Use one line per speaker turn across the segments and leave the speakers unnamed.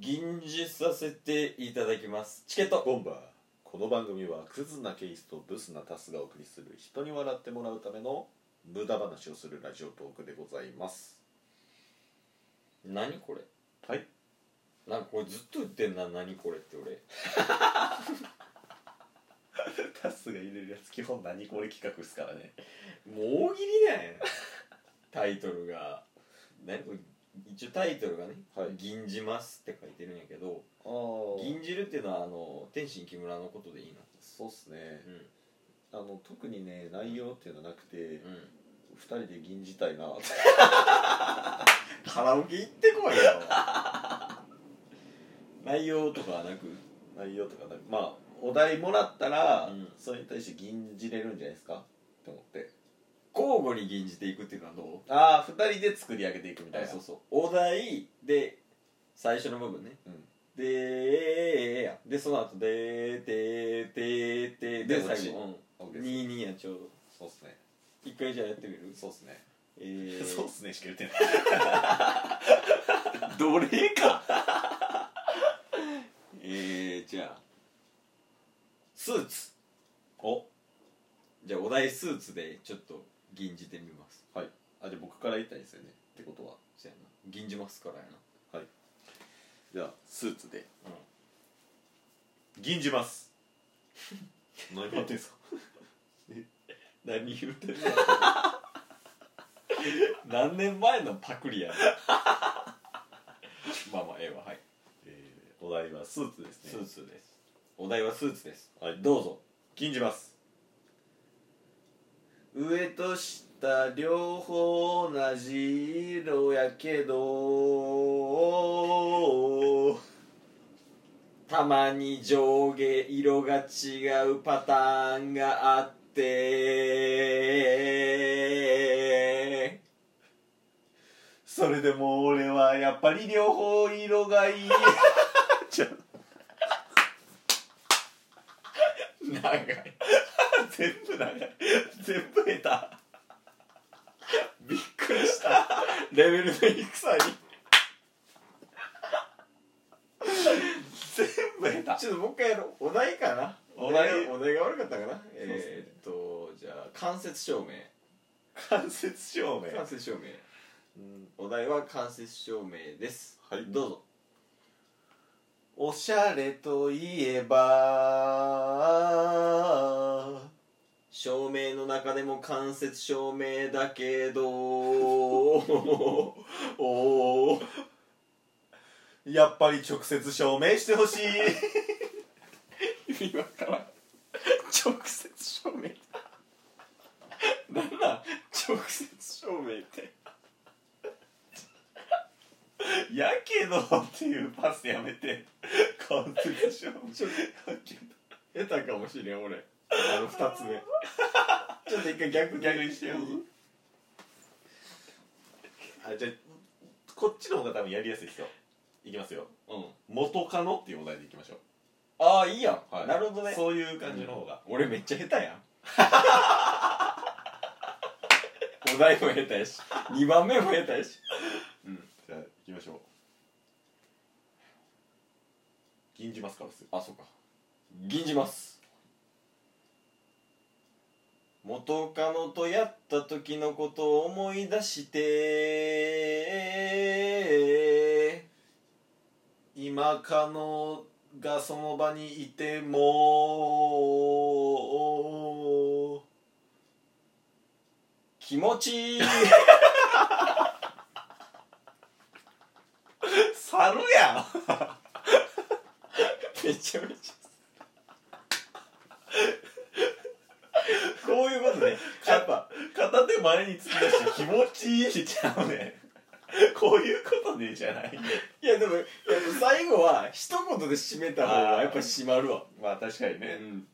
吟じさせていただきますチケット
ボンバーこの番組はクズなケイスとブスなタスがお送りする人に笑ってもらうための無駄話をするラジオトークでございます
何これ
はい
なんかこれずっと言ってんな何これって俺
タスが入れるやつ基本何これ企画ですからね
もう大喜利だよタイトルが何これ一応タイトルがね「
はい
吟じます」って書いてるんやけど
あ
「
あ
吟じる」っていうのはあの天心木村のことでいいの
そうっすね
うん
あの特にね内容っていうのはなくて
うん
二人で銀じたいな
カラオケ行ってこいよ 内容とかはなく
内容とかなまあお題もらったら、
うん
それに対して銀じれるんじゃないですかって思って
交互に吟じていくっていうのはどう
ああ二人で作り上げていくみたいな
そうそうお題で最初の部分ね、
うん
でえーやでその後でーでーでーでー
で
で
落ち
最後、
オッ
う
ケ
ん、
ーです
22やちょうど
そうっすね
一回じゃあやってみる
そうっすね、
えー、
そうっすねしか言ってない
奴隷かえー、じゃあスーツ
お
じゃあお題スーツでちょっと吟じてみます
はいあじゃあ僕から言ったらいいですよねってことは
そやな吟じますからやな
じゃあスーツで、
ん
銀じます 何やってんすか
何言う てんの何年前のパクリや ねまあまあええわはい
えー、お題はスーツです
ス
ね
ーツですお題はスーツです
はい
どうぞ
禁じます上と下両方同じ色やけど
たまに上下色が違うパターンがあって
それでも俺はやっぱり両方色が いいじゃ
長い
全部長い全部下
びっくりしたレベルの低さに
手全部下手
ちょっともう一回やろうお題かな
お題
お題が悪かったかな、
そうですね
えーっとじゃあ間接照明
間接照明
間接照明
うん
お題は間接照明です
はい
どうぞ
おしゃれといえば
照明の中でも間接照明だけど おー
やっぱり直接証明してほしい
今から直接照明なんなん直接照明って
やけどっていうパスやめて間接証明
ちょ得たかもしれん俺あの2つ目 ちょっと一回逆
逆にしてよあじゃあこっちの方が多分やりやすいですよいきますよ
うん
元カノっていうお題でいきましょ
ああいいやん、
う、はい、
なるほどね
そういう感じの方が、
俺めっちゃ下手やん お題も下手やし2番目も下手やし
じゃあ行きましょう銀じますからです
あそうか吟じます元カノとやった時のことを思い出して
今カノがその場にいても
気持ちいい
猿やん
めちゃめちゃこういうことねやっぱ
片手前に突き出して気持ちいいじゃんねこういうことねじゃない
いやでもやっぱ最後は一言で締めた方がやっぱ締まるわ
まあ確かにね、
うん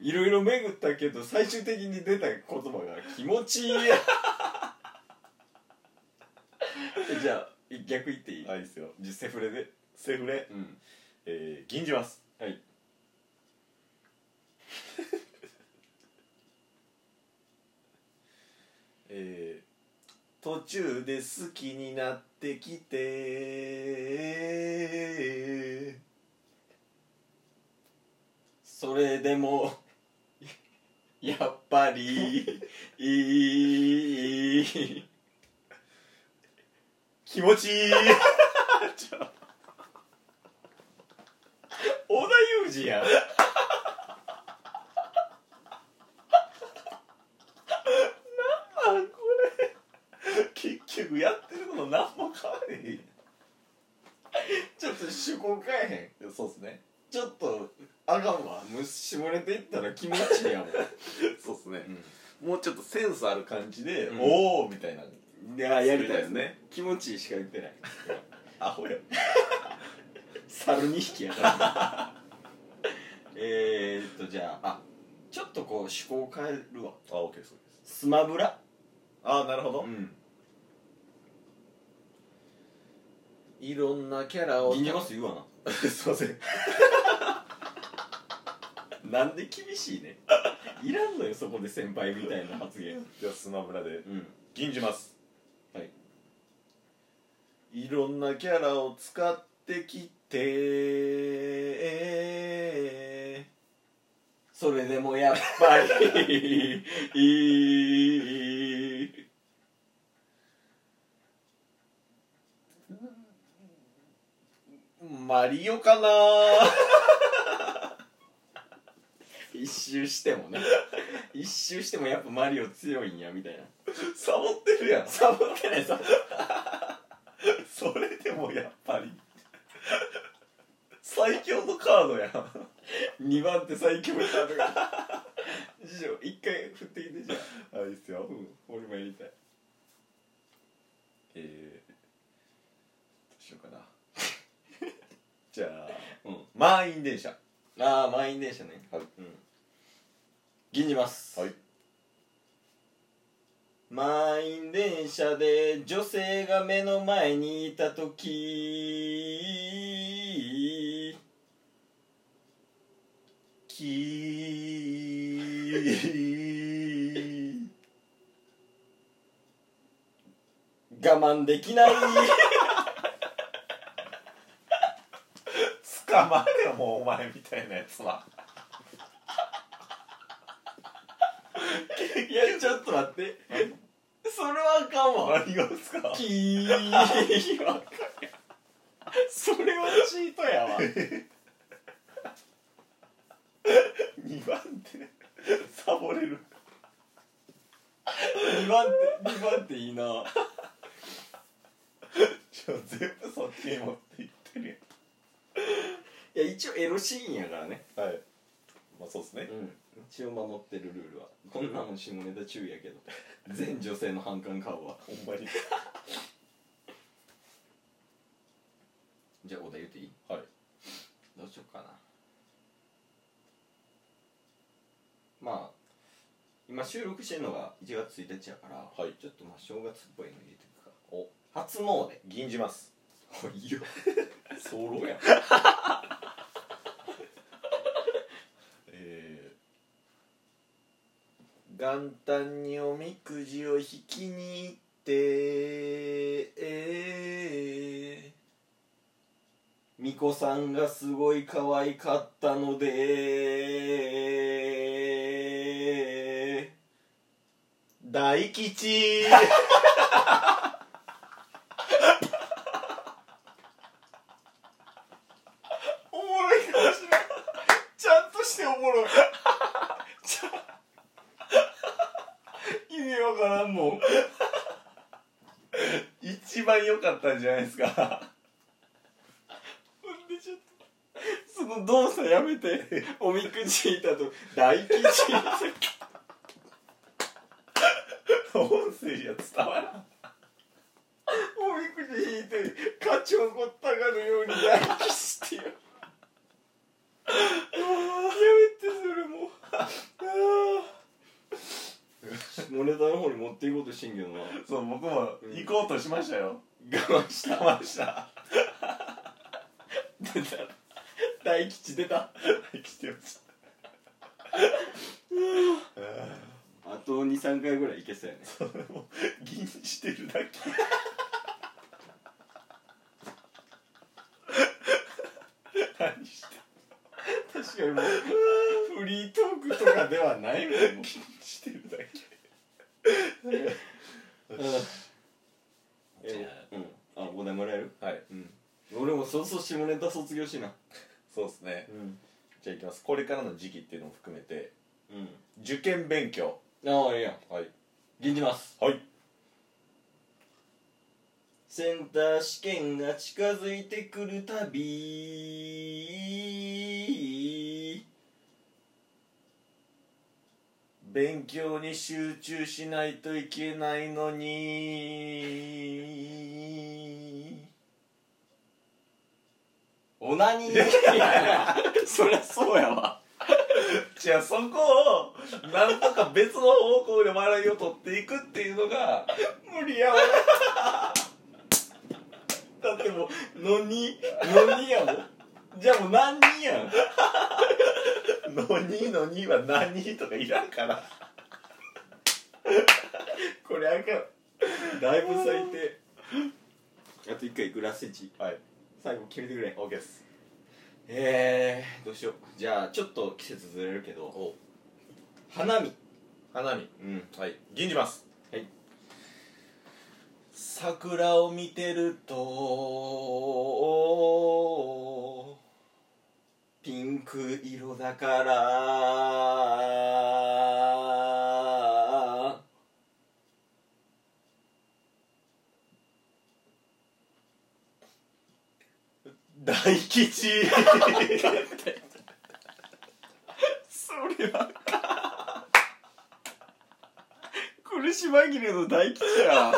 いろいろ巡ったけど最終的に出た言葉が「気持ちいい」 じゃあ逆言っていい、
あいいですよ
じゃあセフレで
セフレ
うん
えー、銀じます
はい
えー、途中で好きになってきて
それでも やっぱ りいい気持ちいい織田裕二やん
これ結局やってること何も変われへん
ちょっと趣向変えへん
そうですね
ちょっとあかんわむしもれていったら気持ちいい やもん、
そうですね、
う
もうちょっとセンスある感じで、
うん、
おおみたいなん
いややりたいで
ですす
ね
ね
気持ちいいしか言ってない
アホや
猿2匹やから ねえーっとじゃああちょっとこう趣向を変えるわ
あオッケーですオッケーです
スマブラ
ああなるほど、
ん
いろんなキャラ
銀マス言うわ
すいません
ななんで厳しいねいらんのよそこで先輩みたいな発言
じゃあスマブラで
うん
銀じます
はい
いろんなキャラを使ってきて
それでもやっぱりいい
マリオかな
一周してもね一周してもやっぱマリオ強いんやみたいな
サボってるやん
サボってないサボ
それでもやっぱり最強のカードやん
2番手最強だとか師匠一回振ってきてじゃあ
あいいっすよ
うん俺もやりたい
えー、どうしようかな じゃあ
うん
満員電車
ああ満員電車ね
はい
うん銀じます
はい
満員電車で女性が目の前にいた時
きー
我慢で きない
捕まれよもうお前みたいなやつは
いやちょっと待ってそれはあかんわ
何がですか
キー わかんないそれはチートやわ
2番手サボれる
2番手2番手いいな
ちょ全部そっちに持っていってる
いや一応エロシーンやからね
やんはいまあそうですね
うん一応守ってるルールはこんなもん下ネタ注意やけど全女性の反感買うわ
ほんまに
じゃあお題言っていい
はい
どうしようかなまあ今収録してるのが1月1日やから、
はい
ちょっとまあ正月っぽいの入れていくか
お
初詣
銀じます
おいよソロやん
えー元旦におみくじを引きに行ってえ
巫女さんがすごい可愛かったので
ー大吉
おもろいかもしれないちゃんとしておも ろいちゃ意味わからんもん
一番良かったんじゃないですか
ほんでちょっとその動作やめて おみくじ引いたと大吉
音声じゃ伝わらん
おみくじ引いて課長ごったがるように大吉してよやめてそれもうあー下ネタの方に持っていこうとしてんけどな
そう僕も行こうとしましたよ
我慢した
我慢した
出た大吉出た
大吉ってました
あと23回ぐらいいけそうやね
それも銀してる だけ何して
確かにもうフリートークとかではないもん
してるだけ
えうんあお題もらえる
はい
うん俺もそろそろ下ネタ卒業しな
そうですね
うん
じゃあいきますこれからの時期っていうのも含めて
うん
受験勉強
ああいいやん
はい
銀じます
はい
センター試験が近づいてくるたび
勉強に集中しないといけないのに
オナニー そりゃそうやわ
じゃあそこをなんとか別の方向で笑いを取っていくっていうのが
無理やわだってもう「のに」「のに」やもんじゃあもう「何に」やん
「のにのに」は「何?」とかいらんから
これあかんだいぶ最低あと1回いくらせち
はい
最後決めてくれ
OK です
えー、どうしようじゃあちょっと季節ずれるけど
お
花見
花見
うん
はい銀じます
はい
桜を見てると
ピンク色だから
大吉
それは苦し紛れの大吉や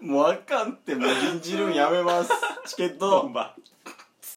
もうあかんってもう銀じるんやめますチケット